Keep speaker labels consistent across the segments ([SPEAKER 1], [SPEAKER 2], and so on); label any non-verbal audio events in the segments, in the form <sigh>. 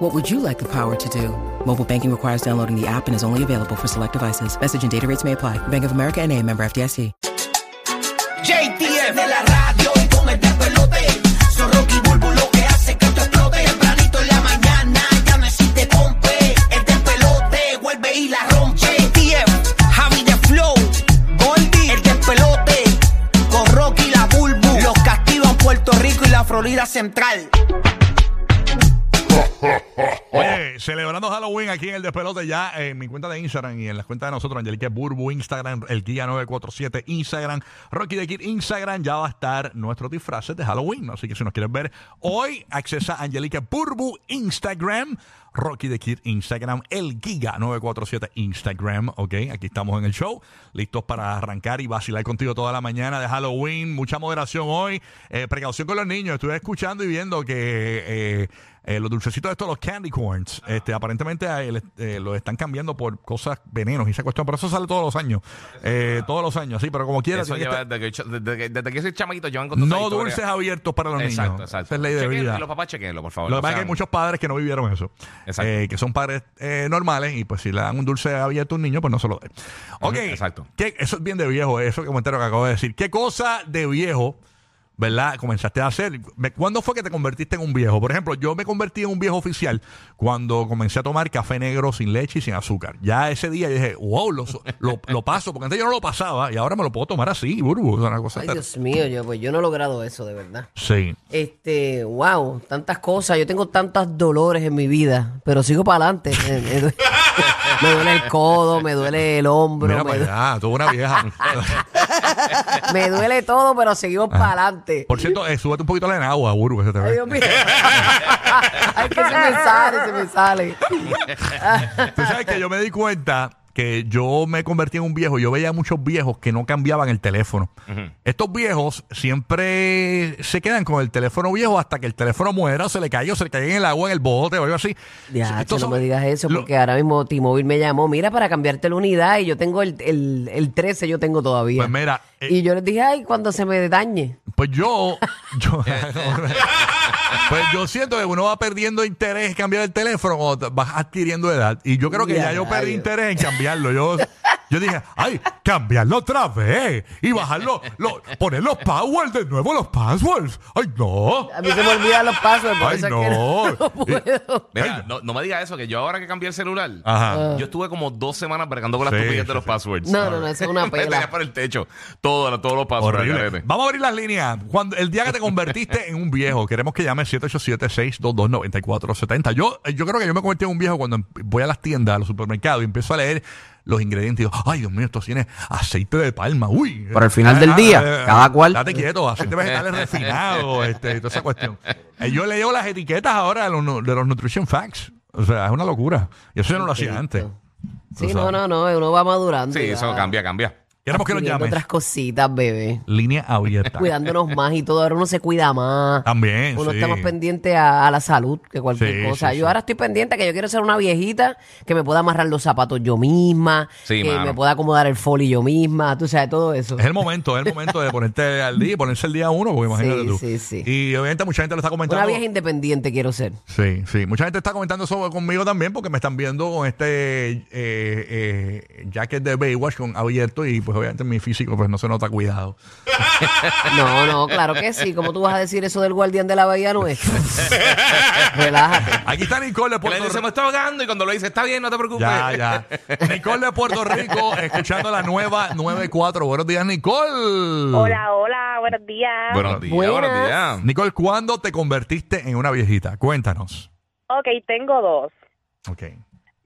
[SPEAKER 1] What would you like the power to do? Mobile banking requires downloading the app and is only available for select devices. Message and data rates may apply. Bank of America and a member FDIC.
[SPEAKER 2] JTF de la radio y con el despelote. Son Rocky Bulbo lo que hace que esto explote. Tempranito en la mañana ya no existe pompe. El despelote vuelve y la rompe. JTF, Javi de Flow, Goldie, el despelote. Con Rocky y la Bulbo. Los castigan Puerto Rico y la Florida Central.
[SPEAKER 3] Oye, celebrando Halloween aquí en el despelote ya en mi cuenta de Instagram y en las cuentas de nosotros, Angelique Burbu, Instagram, el Kia 947, Instagram, Rocky de Kid, Instagram, ya va a estar nuestro disfraces de Halloween. Así que si nos quieres ver hoy, accesa Angelique Burbu, Instagram, Rocky de Kid, Instagram, el Giga 947, Instagram, ok, aquí estamos en el show, listos para arrancar y vacilar contigo toda la mañana de Halloween, mucha moderación hoy, eh, precaución con los niños, estuve escuchando y viendo que... eh, eh, los dulcecitos estos, los candy corns,
[SPEAKER 4] Ah.
[SPEAKER 3] este, aparentemente eh, le- eh, los están cambiando por cosas venenos y esa cuestión, pero eso sale todos los años. Eh, todos los años, sí, pero como quiera.
[SPEAKER 4] Eso
[SPEAKER 3] tiene que
[SPEAKER 4] lleva
[SPEAKER 3] estar-
[SPEAKER 4] desde que, desde que- desde que soy chamaquito, llevan con
[SPEAKER 3] no dulces abiertos para los
[SPEAKER 4] Exacto,
[SPEAKER 3] niños.
[SPEAKER 4] exacto.
[SPEAKER 3] Esa es ley de
[SPEAKER 4] Chequenlo,
[SPEAKER 3] vida.
[SPEAKER 4] Los papás, chequenlo, por favor.
[SPEAKER 3] Lo
[SPEAKER 4] O
[SPEAKER 3] que pasa es
[SPEAKER 4] sea,
[SPEAKER 3] que hay
[SPEAKER 4] <laughs>
[SPEAKER 3] muchos padres que no vivieron eso.
[SPEAKER 4] Exacto.
[SPEAKER 3] Eh, que son padres eh, normales y pues si le dan un dulce abierto a un niño, pues no se lo den. Ok.
[SPEAKER 4] Ujú, exacto.
[SPEAKER 3] ¿Qué- eso es bien de viejo, eh, eso que comentario que acabo de decir. ¿Qué cosa de viejo, verdad, comenzaste a hacer? Me- ¿Cuándo fue que te convertiste en un viejo? Por ejemplo, yo me convertí en un viejo oficial cuando comencé a tomar café negro sin leche y sin azúcar. Ya ese día yo dije, wow, lo, so- lo- lo paso, porque antes yo no lo pasaba y ahora me lo puedo tomar así, burbu. Es una cosa
[SPEAKER 5] Ay,
[SPEAKER 3] ter- <laughs>
[SPEAKER 5] Dios mío, yo, pues yo no he logrado eso, de verdad.
[SPEAKER 3] Sí.
[SPEAKER 5] Este, wow, tantas cosas. Yo tengo tantos dolores en mi vida, pero sigo para adelante. <laughs> me, me duele- me duele el codo, me duele el
[SPEAKER 3] Mira
[SPEAKER 5] hombro, me,
[SPEAKER 3] para
[SPEAKER 5] du-
[SPEAKER 3] allá, toda una vieja.
[SPEAKER 5] <laughs> me duele todo, pero seguimos para adelante.
[SPEAKER 3] Ah, Por cierto, eh, súbete un poquito la enagua, burbu, que se te ve.
[SPEAKER 5] Ay, Dios mío. <laughs> Ay, que se me sale, se me sale.
[SPEAKER 3] Tú sabes que yo me di cuenta que yo me convertí en un viejo. Yo veía muchos viejos que no cambiaban el teléfono. Estos viejos siempre se quedan con el teléfono viejo hasta que el teléfono muera, o se le caiga, o se le caiga en el agua, en el bote o algo así.
[SPEAKER 5] Ya,
[SPEAKER 3] Estos
[SPEAKER 5] no
[SPEAKER 3] son-
[SPEAKER 5] me digas eso,
[SPEAKER 3] lo-
[SPEAKER 5] porque ahora mismo T-Mobile me llamó, mira, para cambiarte la unidad, y yo tengo el, el, el 13, yo tengo todavía.
[SPEAKER 3] Pues mira, eh,
[SPEAKER 5] y yo les dije, ay, cuando se me dañe.
[SPEAKER 3] Pues yo, yo- <laughs> pues yo siento que uno va perdiendo interés en cambiar el teléfono cuando te- vas adquiriendo edad. Y yo creo que ya,
[SPEAKER 5] Ya,
[SPEAKER 3] yo perdí
[SPEAKER 5] rayos.
[SPEAKER 3] interés en cambiarlo. Yo, yo dije, ay, cambiarlo otra vez y bajarlo, lo- poner los powers de nuevo, los passwords. Ay, no.
[SPEAKER 5] A mí se me olvidan los pasos. por
[SPEAKER 3] Ay,
[SPEAKER 5] eso es que
[SPEAKER 3] no.
[SPEAKER 5] puedo.
[SPEAKER 4] Mira, no, no me digas eso, que yo ahora que cambié el celular,
[SPEAKER 3] Ajá.
[SPEAKER 4] yo estuve como dos semanas bregando con las
[SPEAKER 3] Sí,
[SPEAKER 4] estupidez de
[SPEAKER 3] sí,
[SPEAKER 4] los
[SPEAKER 3] sí.
[SPEAKER 4] passwords.
[SPEAKER 5] Ah. No, no, no, eso es
[SPEAKER 4] <laughs>
[SPEAKER 5] una
[SPEAKER 4] Me tenía
[SPEAKER 5] pela.
[SPEAKER 4] para el techo. Todo, todos los passwords.
[SPEAKER 3] Horrible.
[SPEAKER 4] garete.
[SPEAKER 3] Vamos a abrir las líneas. Cuando, el día que te convertiste en un viejo, queremos que llame 787-622-9470. Yo, yo creo que yo me convertí en un viejo cuando em- voy a las tiendas, a los supermercados y empiezo a leer los ingredientes. Y digo, ay, Dios mío, esto tiene aceite de palma. Uy.
[SPEAKER 6] Pero al final
[SPEAKER 3] Ah,
[SPEAKER 6] del
[SPEAKER 3] ah,
[SPEAKER 6] día,
[SPEAKER 3] ah,
[SPEAKER 6] cada cual-
[SPEAKER 3] Date quieto, aceite vegetales refinados, este, y toda esa cuestión. Eh, yo leo las etiquetas ahora de los, nu- de los Nutrition Facts. O sea, es una locura. Y eso yo no lo hacía antes.
[SPEAKER 5] Sí,
[SPEAKER 3] Tú
[SPEAKER 5] no,
[SPEAKER 3] sabes.
[SPEAKER 5] no, no, uno va madurando.
[SPEAKER 4] Sí,
[SPEAKER 5] y va
[SPEAKER 4] eso cambia, cambia.
[SPEAKER 3] Queremos que nos
[SPEAKER 5] adquiriendo
[SPEAKER 3] llames.
[SPEAKER 5] otras cositas, bebé.
[SPEAKER 3] Línea abierta.
[SPEAKER 5] Cuidándonos más y todo. Ahora uno se cuida más.
[SPEAKER 3] También.
[SPEAKER 5] Uno
[SPEAKER 3] sí.
[SPEAKER 5] está más pendiente a, a la salud que cualquier
[SPEAKER 3] Sí,
[SPEAKER 5] cosa.
[SPEAKER 3] sí,
[SPEAKER 5] yo
[SPEAKER 3] sí.
[SPEAKER 5] ahora estoy pendiente que yo quiero ser una viejita que me pueda amarrar los zapatos yo misma,
[SPEAKER 4] Sí,
[SPEAKER 5] que
[SPEAKER 4] mano.
[SPEAKER 5] me pueda acomodar el folio yo misma, tú sabes, todo eso.
[SPEAKER 3] Es el momento, es el momento de ponerte al día, ponerse el día uno, porque imagínate
[SPEAKER 5] Sí,
[SPEAKER 3] tú.
[SPEAKER 5] sí, sí.
[SPEAKER 3] Y obviamente mucha gente lo está comentando.
[SPEAKER 5] Una vieja independiente quiero ser.
[SPEAKER 3] Sí, sí. Mucha gente está comentando eso conmigo también porque me están viendo con este eh, eh, jacket de Baywatch con abierto y pues obviamente mi físico pues no se
[SPEAKER 4] <laughs>
[SPEAKER 3] nota cuidado.
[SPEAKER 5] No, no, claro que sí. ¿Cómo tú vas a decir eso del guardián de la bahía nuestra?
[SPEAKER 3] <laughs>
[SPEAKER 5] Relájate.
[SPEAKER 3] Aquí está Nicole de
[SPEAKER 4] Que le dice,
[SPEAKER 3] Puerto
[SPEAKER 4] pues. me
[SPEAKER 3] Rico.
[SPEAKER 4] está ahogando, y cuando lo dice, está bien, no te preocupes.
[SPEAKER 3] Ya, ya. Nicole de Puerto Rico escuchando la nueva 94. Buenos días, Nicole.
[SPEAKER 4] Mm.
[SPEAKER 7] Hola, hola, buenos días.
[SPEAKER 4] <laughs> Buenos días,
[SPEAKER 5] Buenas.
[SPEAKER 4] buenos días.
[SPEAKER 3] Nicole, ¿cuándo te convertiste en una viejita? Cuéntanos.
[SPEAKER 7] Ok, tengo dos.
[SPEAKER 3] Ok.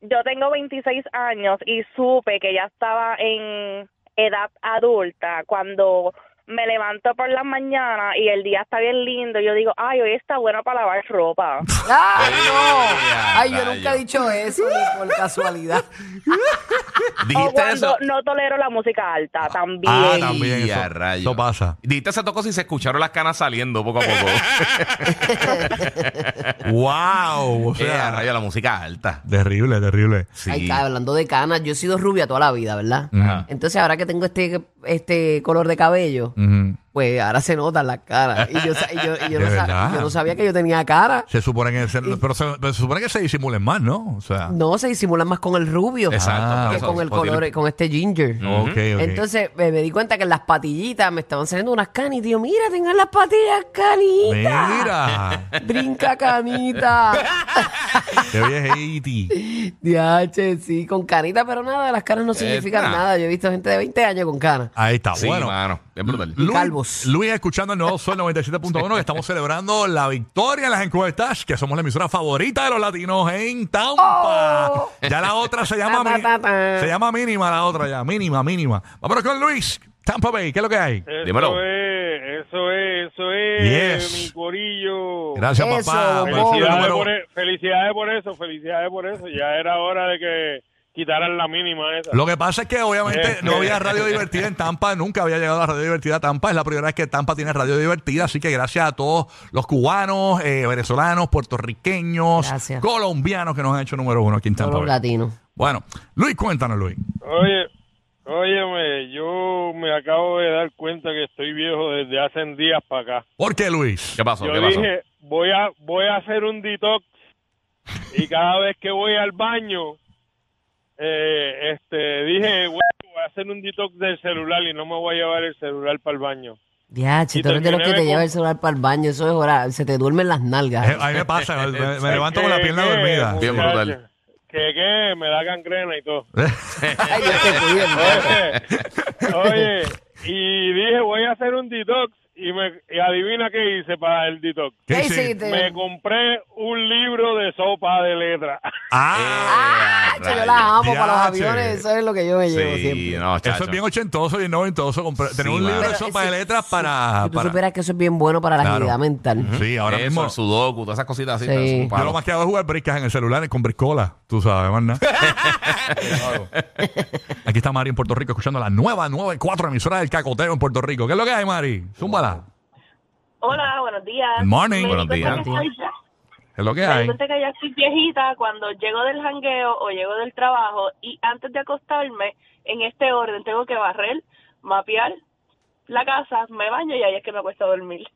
[SPEAKER 7] Yo tengo 26 años y supe que ya estaba en edad adulta cuando me levanto por las mañanas y el día está bien lindo. Yo digo, ay, hoy está bueno para lavar ropa.
[SPEAKER 5] ¡Ay, Ah, no!
[SPEAKER 4] ya,
[SPEAKER 5] Ay, yo
[SPEAKER 4] rayo.
[SPEAKER 5] nunca he dicho eso, ni por casualidad. Ah,
[SPEAKER 7] O
[SPEAKER 4] Dijiste eso.
[SPEAKER 7] cuando no tolero la música alta, también.
[SPEAKER 3] Ah, también.
[SPEAKER 4] Y a
[SPEAKER 3] Eso,
[SPEAKER 4] rayos.
[SPEAKER 3] eso pasa.
[SPEAKER 4] Dijiste esas dos cosas y se escucharon las canas saliendo poco a
[SPEAKER 3] <laughs>
[SPEAKER 4] poco.
[SPEAKER 3] ¡Wow! O
[SPEAKER 4] Eh, a
[SPEAKER 3] sea,
[SPEAKER 4] rayos, la música alta.
[SPEAKER 3] terrible, terrible.
[SPEAKER 4] Sí.
[SPEAKER 5] Ay, ca- hablando de canas, yo he sido rubia toda la vida, ¿verdad?
[SPEAKER 4] Ajá.
[SPEAKER 5] Entonces, ahora que tengo este, este color de cabello,
[SPEAKER 3] Ujú.
[SPEAKER 5] pues ahora se notan las caras. Y yo, sa- y yo- y yo
[SPEAKER 3] De
[SPEAKER 5] no, sa-
[SPEAKER 3] verdad.
[SPEAKER 5] yo no sabía que yo tenía cara.
[SPEAKER 3] Se supone que se, pero se, pero se supone que se disimulen más, ¿no? O sea,
[SPEAKER 5] No, se disimulan más con el rubio
[SPEAKER 4] Exacto.
[SPEAKER 3] Ah,
[SPEAKER 4] por
[SPEAKER 5] que
[SPEAKER 4] eso,
[SPEAKER 5] con el
[SPEAKER 4] o tiene-
[SPEAKER 5] color, con este ginger.
[SPEAKER 3] ok, Mm, ok.
[SPEAKER 5] Entonces me, me di cuenta que en las patillitas me estaban saliendo unas canas y digo, mira, tengan las patillas canitas.
[SPEAKER 3] Mira,
[SPEAKER 5] Brinca canita.
[SPEAKER 3] te ves 80.
[SPEAKER 5] Diache, sí, con canita, pero nada, las canas no significan
[SPEAKER 4] nah.
[SPEAKER 5] nada. Yo he visto gente de 20 años con canas.
[SPEAKER 3] Ahí está,
[SPEAKER 4] Sí,
[SPEAKER 3] bueno.
[SPEAKER 4] mano. Es brutal.
[SPEAKER 5] Mm.
[SPEAKER 3] Luis,
[SPEAKER 5] calvos.
[SPEAKER 3] Luis escuchando el nuevo Sol 97.1 que estamos celebrando la victoria en las encuestas, que somos la emisora favorita de los latinos en Tampa.
[SPEAKER 5] Oh.
[SPEAKER 3] Ya la otra se
[SPEAKER 5] <laughs>
[SPEAKER 3] llama
[SPEAKER 5] Ta, ta,
[SPEAKER 3] mi-
[SPEAKER 5] ta, ta.
[SPEAKER 3] se llama mínima la otra ya, mínima, mínima. Vámonos con Luis. Tampa Bay, ¿qué es lo que hay?
[SPEAKER 6] Eso
[SPEAKER 4] Dímelo.
[SPEAKER 6] es, eso es, eso es,
[SPEAKER 3] Yes.
[SPEAKER 6] mi corillo.
[SPEAKER 3] Gracias,
[SPEAKER 5] Eso,
[SPEAKER 3] papá.
[SPEAKER 5] bobo.
[SPEAKER 3] Perfil
[SPEAKER 6] Felicidades
[SPEAKER 3] número-
[SPEAKER 6] por, e- felicidades por eso, felicidades por eso. Ya era hora de que quitaran la mínima esa.
[SPEAKER 3] Lo que pasa es que obviamente
[SPEAKER 6] Eh.
[SPEAKER 4] <laughs>
[SPEAKER 3] no había radio divertida en Tampa, nunca había llegado la radio divertida a Tampa, es la primera vez que Tampa tiene radio divertida, así que gracias a todos los cubanos, eh, venezolanos, puertorriqueños,
[SPEAKER 5] Gracias.
[SPEAKER 3] colombianos que nos han hecho número uno aquí en
[SPEAKER 5] Todos
[SPEAKER 3] Tampa.
[SPEAKER 5] los
[SPEAKER 3] Bay.
[SPEAKER 5] latinos.
[SPEAKER 3] Bueno, Luis, cuéntanos, Luis.
[SPEAKER 6] Oye, óyeme, yo me acabo de dar cuenta que estoy viejo desde hace días para acá.
[SPEAKER 3] ¿Por qué, Luis?
[SPEAKER 4] ¿Qué pasó?
[SPEAKER 6] Yo
[SPEAKER 4] ¿Qué pasó? Eh,
[SPEAKER 6] dije, voy a voy a hacer un detox y cada vez que voy al baño eh, este dije, "Bueno, voy a hacer un detox del celular y no me voy a llevar el celular para el baño.
[SPEAKER 5] Diache,
[SPEAKER 6] Y
[SPEAKER 5] tú eres de los que
[SPEAKER 6] terminé
[SPEAKER 5] te
[SPEAKER 6] con-
[SPEAKER 5] lleva el celular para el baño. Eso es hora, se te duermen las
[SPEAKER 3] Eh,
[SPEAKER 5] nalgas.
[SPEAKER 3] A mí me pasa, me, me levanto con la
[SPEAKER 6] Que-
[SPEAKER 3] pierna
[SPEAKER 6] que,
[SPEAKER 3] dormida.
[SPEAKER 4] Bien
[SPEAKER 6] muchacho,
[SPEAKER 4] brutal.
[SPEAKER 6] Que que me da gangrena
[SPEAKER 3] <laughs>
[SPEAKER 6] y todo.
[SPEAKER 5] <laughs> Ay, Dios te
[SPEAKER 3] Eh.
[SPEAKER 5] cuide, hermano.
[SPEAKER 6] Oye, oye, y dije, voy a hacer un detox y me y adivina qué hice para el detox.
[SPEAKER 5] ¿Qué
[SPEAKER 3] hici-
[SPEAKER 5] hiciste?
[SPEAKER 6] Me compré un libro de sopa de letra.
[SPEAKER 3] Ah,
[SPEAKER 5] Ah,
[SPEAKER 4] Eh,
[SPEAKER 5] yo las amo para los
[SPEAKER 3] Diache.
[SPEAKER 5] aviones. Eso es lo que yo me llevo
[SPEAKER 4] Sí,
[SPEAKER 5] siempre.
[SPEAKER 4] no,
[SPEAKER 3] eso
[SPEAKER 4] chacho.
[SPEAKER 3] es bien ochentoso y noventoso. comprar- Tener
[SPEAKER 4] Sí,
[SPEAKER 3] un libro
[SPEAKER 4] mano.
[SPEAKER 3] de
[SPEAKER 5] Pero
[SPEAKER 3] sopa de
[SPEAKER 5] ese-
[SPEAKER 3] letras para.
[SPEAKER 5] Si tú
[SPEAKER 3] para-
[SPEAKER 5] supieras que eso es bien bueno para la
[SPEAKER 3] Claro.
[SPEAKER 5] agilidad mental.
[SPEAKER 3] Sí, ahora
[SPEAKER 4] Eso,
[SPEAKER 3] mismo.
[SPEAKER 4] el sudoku, todas esas cositas así.
[SPEAKER 5] Sí.
[SPEAKER 4] pero son
[SPEAKER 5] Yo
[SPEAKER 3] Yo
[SPEAKER 4] palos.
[SPEAKER 3] lo más que hago es jugar briscas en el celular y con briscola. Tú sabes,
[SPEAKER 4] <laughs>
[SPEAKER 3] más nada. Yo hago. Aquí está Mari en Puerto Rico escuchando la nueva, nueva y cuatro emisora del cacoteo en Puerto Rico. ¿Qué es lo que hay, Mari? Zúmbala.
[SPEAKER 7] Hola, buenos días.
[SPEAKER 3] Good morning.
[SPEAKER 7] Me di
[SPEAKER 4] Buenos
[SPEAKER 7] cuenta
[SPEAKER 4] días.
[SPEAKER 7] que soy-
[SPEAKER 3] ¿Qué es lo que
[SPEAKER 7] Me di
[SPEAKER 3] hay?
[SPEAKER 7] cuenta que ya estoy viejita cuando llego del jangueo o llego del trabajo y antes de acostarme, en este orden, tengo que barrer, mapear la casa, me baño y ahí es que me acuesto a dormir.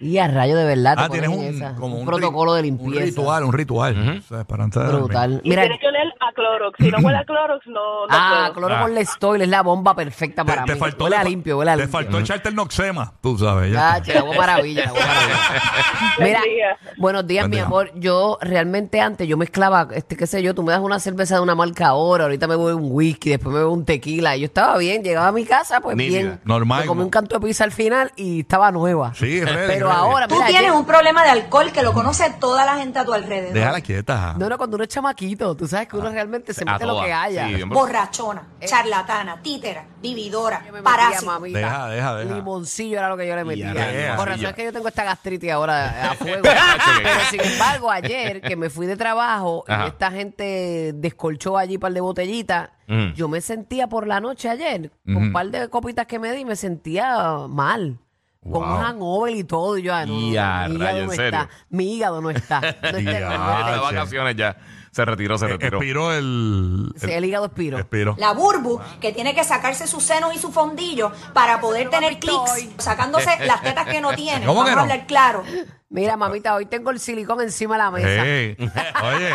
[SPEAKER 5] Y a rayo de verdad, te
[SPEAKER 3] Ah, tienes
[SPEAKER 5] pones en esa.
[SPEAKER 3] un, como un
[SPEAKER 5] protocolo de
[SPEAKER 3] ri-
[SPEAKER 5] limpieza.
[SPEAKER 3] Un ritual, un ritual.
[SPEAKER 4] Ujú.
[SPEAKER 3] O sea, para antes de dormir.
[SPEAKER 5] Brutal.
[SPEAKER 7] Y
[SPEAKER 5] Mira,
[SPEAKER 7] tienes que oler a Clorox. Si no huele a Clorox, no, no
[SPEAKER 5] ah,
[SPEAKER 7] puedo.
[SPEAKER 5] cloro
[SPEAKER 3] Ah.
[SPEAKER 5] con Lestoil es la bomba perfecta
[SPEAKER 3] Te,
[SPEAKER 5] para
[SPEAKER 3] te
[SPEAKER 5] mí.
[SPEAKER 3] faltó,
[SPEAKER 5] huele a
[SPEAKER 3] te fa-
[SPEAKER 5] limpio, huele a
[SPEAKER 3] te
[SPEAKER 5] limpio.
[SPEAKER 3] faltó echarte el noxema, tú sabes. ya
[SPEAKER 5] Ah,
[SPEAKER 3] está.
[SPEAKER 5] che, la hago maravilla, la hago
[SPEAKER 8] <laughs>
[SPEAKER 5] maravilla. Mira,
[SPEAKER 7] Buen día.
[SPEAKER 5] buenos días,
[SPEAKER 3] Buen
[SPEAKER 5] mi
[SPEAKER 3] día.
[SPEAKER 5] amor. Yo realmente antes yo mezclaba, este qué sé yo, tú me das una cerveza de una marca ahora, ahorita me voy un whisky, después me voy un tequila. Y Yo estaba bien, llegaba a mi casa, pues
[SPEAKER 4] Nítida.
[SPEAKER 5] bien.
[SPEAKER 3] Normal,
[SPEAKER 5] Me comí
[SPEAKER 3] como-
[SPEAKER 5] un canto de pizza al final y estaba nueva.
[SPEAKER 3] Sí, ready,
[SPEAKER 5] Pero
[SPEAKER 3] ready.
[SPEAKER 5] ahora,
[SPEAKER 8] Tú
[SPEAKER 5] mira,
[SPEAKER 8] tienes
[SPEAKER 5] yo-
[SPEAKER 8] un problema de alcohol que lo conoce toda la gente a tu alrededor.
[SPEAKER 3] Déjala quieta. Eh,
[SPEAKER 5] no, no, cuando uno es chamaquito, tú sabes que
[SPEAKER 3] Ah,
[SPEAKER 5] uno realmente se
[SPEAKER 4] A
[SPEAKER 5] mete lo
[SPEAKER 4] todas.
[SPEAKER 5] que haya.
[SPEAKER 4] Sí, bien brutal.
[SPEAKER 8] Borrachona, charlatana, títera, vividora,
[SPEAKER 5] Eh. Yo me metía,
[SPEAKER 8] parásita.
[SPEAKER 5] mamita.
[SPEAKER 3] Deja, deja, deja.
[SPEAKER 5] Limoncillo era lo que yo le metía.
[SPEAKER 4] Ya, deja,
[SPEAKER 5] Por razón
[SPEAKER 4] ya.
[SPEAKER 5] es que yo tengo esta gastritis ahora
[SPEAKER 4] <laughs>
[SPEAKER 5] a fuego. Pero sin embargo, ayer que me fui de trabajo
[SPEAKER 4] Ajá.
[SPEAKER 5] y esta gente descolchó allí par de botellitas,
[SPEAKER 4] Mm.
[SPEAKER 5] yo me sentía por la noche ayer, con un par de copitas que me di, me sentía mal. Con
[SPEAKER 4] Wow.
[SPEAKER 5] un hangover y todo. Y yo, ah, no, no,
[SPEAKER 4] Ya,
[SPEAKER 5] no, mi
[SPEAKER 4] rayo,
[SPEAKER 5] hígado
[SPEAKER 4] ¿en
[SPEAKER 5] no
[SPEAKER 4] serio?
[SPEAKER 5] está. Mi hígado no está. No está
[SPEAKER 3] Ya.
[SPEAKER 5] normal.
[SPEAKER 4] Está de
[SPEAKER 3] Ah, sí.
[SPEAKER 4] vacaciones ya. Se retiró, se
[SPEAKER 3] Eh,
[SPEAKER 4] retiró.
[SPEAKER 3] Expiró el.
[SPEAKER 5] Sí, el hígado expiro.
[SPEAKER 3] Expiró.
[SPEAKER 8] La burbu que tiene que sacarse sus senos y su fondillo para poder tener clics, sacándose las tetas
[SPEAKER 3] <laughs>
[SPEAKER 8] que no tiene.
[SPEAKER 3] ¿Cómo
[SPEAKER 8] Vamos
[SPEAKER 3] que no?
[SPEAKER 8] a hablar claro.
[SPEAKER 5] Mira, mamita, hoy tengo el silicón encima de la mesa.
[SPEAKER 4] Eh.
[SPEAKER 3] Ey, <laughs> oye.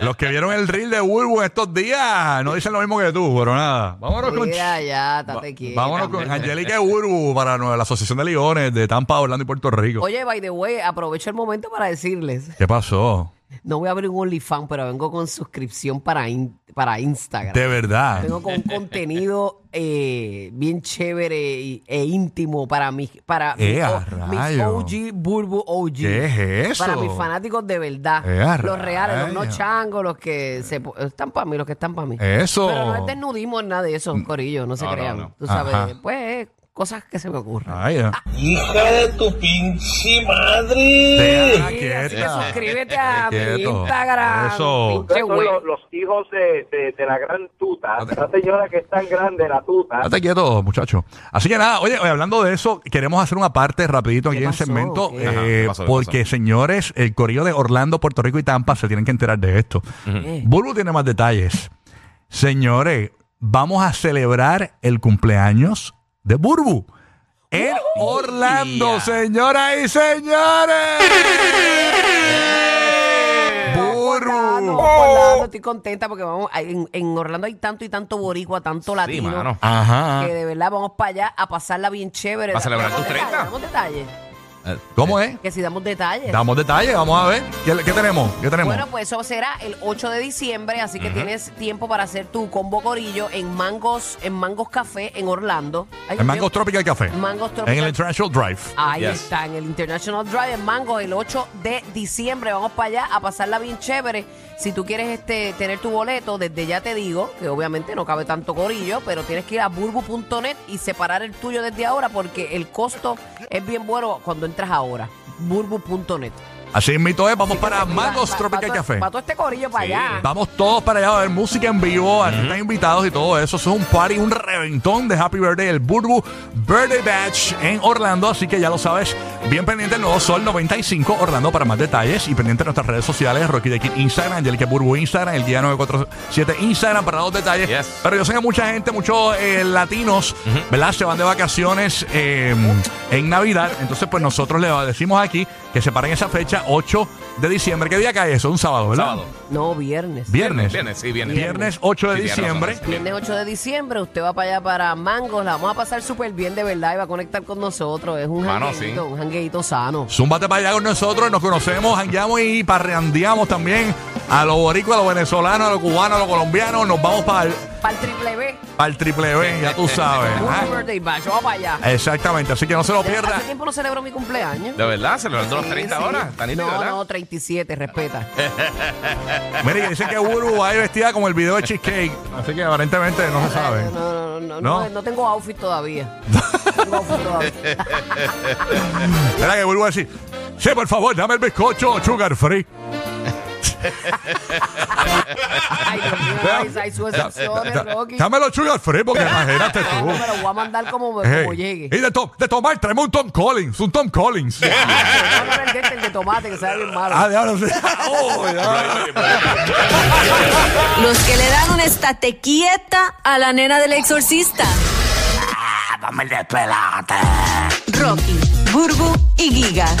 [SPEAKER 3] Los que vieron el reel de Bulbo en estos días no dicen lo mismo que tú, pero nada. Vámonos con.
[SPEAKER 5] Mira ya, estate quieta.
[SPEAKER 3] Vámonos con Angélica Urbu para la Asociación de Ligones de Tampa, Orlando y Puerto Rico.
[SPEAKER 5] Oye, by the way, aprovecho el momento para decirles
[SPEAKER 3] ¿Qué pasó?
[SPEAKER 5] No voy a abrir un OnlyFans, pero vengo con suscripción para, in- para Instagram.
[SPEAKER 3] De verdad.
[SPEAKER 5] <laughs> Vengo con un contenido eh, bien chévere y- e íntimo para mis, para mis
[SPEAKER 3] ¡Eh, a
[SPEAKER 5] o- mis
[SPEAKER 3] rayos!
[SPEAKER 5] OG, Burbu OG.
[SPEAKER 3] ¿Qué es eso?
[SPEAKER 5] Para mis fanáticos de verdad.
[SPEAKER 3] ¡Eh, a
[SPEAKER 5] los reales, los no
[SPEAKER 3] rayos!
[SPEAKER 5] changos, los que se, po- están para mí, los que están para mí.
[SPEAKER 3] Eso. Mm.
[SPEAKER 5] Pero no es desnudismo ni nada de eso, Corillo, no se
[SPEAKER 4] No, no,
[SPEAKER 5] crean.
[SPEAKER 4] no.
[SPEAKER 5] Tú sabes,
[SPEAKER 3] Ajá.
[SPEAKER 5] pues cosas que se me ocurren.
[SPEAKER 3] Ay, ya.
[SPEAKER 2] Hija de tu pinche madre.
[SPEAKER 3] Déjala
[SPEAKER 5] Sí, así que
[SPEAKER 3] quieta.
[SPEAKER 5] suscríbete a mi
[SPEAKER 3] Quieto.
[SPEAKER 5] Instagram.
[SPEAKER 3] Eso.
[SPEAKER 5] pinche güey.
[SPEAKER 9] hijos de, la gran tuta. La señora que es tan grande, la tuta.
[SPEAKER 4] Ah,
[SPEAKER 3] Estate quieto, muchacho. Así que nada, oye, oye, hablando de eso, queremos hacer una parte rapidito
[SPEAKER 5] ¿Qué
[SPEAKER 3] aquí en el
[SPEAKER 5] pasó?
[SPEAKER 3] segmento,
[SPEAKER 5] ¿Qué?
[SPEAKER 4] Ajá,
[SPEAKER 3] eh,
[SPEAKER 4] ¿qué pasó? ¿Qué
[SPEAKER 3] porque señores, el corrillo de Orlando, Puerto Rico y Tampa se tienen que enterar de esto. Burbu tiene más detalles. Señores, vamos a celebrar el cumpleaños de Burbu en Orlando,
[SPEAKER 4] Ya.
[SPEAKER 3] señoras y señores.
[SPEAKER 5] Orlando,
[SPEAKER 3] Burbu.
[SPEAKER 4] Oh.
[SPEAKER 5] Orlando, estoy contenta porque vamos, hay- en, en Orlando hay tanto y tanto boricua, tanto
[SPEAKER 4] Sí,
[SPEAKER 5] latino,
[SPEAKER 4] mano.
[SPEAKER 3] Ajá.
[SPEAKER 5] que de verdad vamos para allá a pasarla bien chévere.
[SPEAKER 4] ¿Vas a celebrar
[SPEAKER 5] Damos
[SPEAKER 4] tus
[SPEAKER 5] detalles,
[SPEAKER 4] 30?
[SPEAKER 5] Damos detalles,
[SPEAKER 4] Eh,
[SPEAKER 3] ¿Cómo es?
[SPEAKER 5] que si damos detalles.
[SPEAKER 3] Damos detalles, vamos a ver. ¿Qué, qué tenemos? ¿Qué tenemos?
[SPEAKER 5] Bueno, pues eso será el 8 de diciembre, así que tienes tiempo para hacer tu combo corillo en Mangos, en Mangos Café en Orlando. Ay,
[SPEAKER 3] El
[SPEAKER 5] Dios
[SPEAKER 3] Mango
[SPEAKER 5] mío.
[SPEAKER 3] Tropical Café.
[SPEAKER 5] Mangos
[SPEAKER 3] En el
[SPEAKER 5] Tropical
[SPEAKER 3] International Drive.
[SPEAKER 5] Ahí
[SPEAKER 4] Yes.
[SPEAKER 5] está, en el International Drive en Mango, el 8 de diciembre. Vamos para allá a pasarla bien chévere. Si tú quieres este, tener tu boleto, desde ya te digo que obviamente no cabe tanto corillo, pero tienes que ir a burbu.net y separar el tuyo desde ahora porque el costo es bien bueno cuando entras ahora. burbu.net.
[SPEAKER 3] Así mito es, vamos
[SPEAKER 5] Así que
[SPEAKER 3] para
[SPEAKER 5] se-
[SPEAKER 3] Mangos
[SPEAKER 5] pa- pa-
[SPEAKER 3] Tropical
[SPEAKER 5] pa-
[SPEAKER 3] Café.
[SPEAKER 5] Para todo este corillo para
[SPEAKER 4] Sí.
[SPEAKER 5] allá.
[SPEAKER 3] Vamos todos para allá a ver música en vivo, artistas invitados y todo eso. Eso es un party, un reventón de Happy Birthday, el Burbu Birthday Batch en Orlando. Así que ya lo sabes, bien pendiente el nuevo Sol 95 Orlando para más detalles y pendiente de nuestras redes sociales, Rocky de Kid Instagram, Angelica Burbu Instagram, el guía 947 Instagram para los detalles.
[SPEAKER 4] Yes.
[SPEAKER 3] Pero yo sé que mucha gente, muchos eh, latinos, ¿verdad? Se van de vacaciones eh, en Navidad. Entonces, pues nosotros les decimos aquí que separen esa fecha, 8 de diciembre. ¿Qué día cae eso? Un sábado, ¿verdad?
[SPEAKER 4] Sábado.
[SPEAKER 5] No, viernes.
[SPEAKER 3] Viernes.
[SPEAKER 4] Viernes, sí, viernes.
[SPEAKER 3] Viernes 8 de
[SPEAKER 4] Sí, tienes razón,
[SPEAKER 3] diciembre.
[SPEAKER 4] sí.
[SPEAKER 5] Viernes 8 de diciembre, usted va para allá para Mangos, la vamos a pasar súper bien de verdad y va a conectar con nosotros. Es un
[SPEAKER 4] Mano,
[SPEAKER 5] jangueíto,
[SPEAKER 4] sí.
[SPEAKER 5] un jangueíto sano.
[SPEAKER 3] Zúmbate para allá con nosotros, nos conocemos, jangueamos y parrandeamos también a los boricuas, a los venezolanos, a los cubanos, a los colombianos. Nos vamos para el,
[SPEAKER 5] Para el triple B,
[SPEAKER 3] para el triple B, ya tú sabes.
[SPEAKER 5] un
[SPEAKER 3] Ajá.
[SPEAKER 5] birthday bash, vamos para allá.
[SPEAKER 3] Exactamente, así que no se lo
[SPEAKER 5] Ya,
[SPEAKER 3] pierda.
[SPEAKER 5] Hace tiempo no celebro mi cumpleaños.
[SPEAKER 4] De verdad, celebrando los 30
[SPEAKER 5] Sí,
[SPEAKER 4] horas.
[SPEAKER 5] sí.
[SPEAKER 4] Tanito,
[SPEAKER 5] No,
[SPEAKER 4] ¿verdad?
[SPEAKER 5] no, 37, respeta.
[SPEAKER 3] Mire, que dicen que Buru va a ir vestida como el video de Cheesecake. Así que aparentemente no se sabe.
[SPEAKER 5] No, no, no,
[SPEAKER 3] ¿No?
[SPEAKER 5] no, no, no tengo
[SPEAKER 3] <laughs>
[SPEAKER 5] outfit todavía. No tengo outfit todavía.
[SPEAKER 3] Espera que Buru va a decir, sí, por favor, dame el bizcocho sugar free.
[SPEAKER 5] Ay, Dios mío, ay, hay sus excepciones, Rocky.
[SPEAKER 3] eh, Dámelo sugar free porque imagínate
[SPEAKER 5] Ah, <laughs>
[SPEAKER 3] tú.
[SPEAKER 5] no, me lo voy a mandar como, como
[SPEAKER 3] Ey,
[SPEAKER 5] llegue.
[SPEAKER 3] Y de, to- de tomar, traemos un Tom Collins, un Tom
[SPEAKER 5] <laughs>
[SPEAKER 3] Collins.
[SPEAKER 5] No, no, no, el de- este, el de tomate, que sabe bien malo.
[SPEAKER 3] Ah, diablo, <laughs> sí. Oh, ya.
[SPEAKER 10] Los que le dan una estate quieta a la nena del exorcista. Rocky, Burbu y Giga.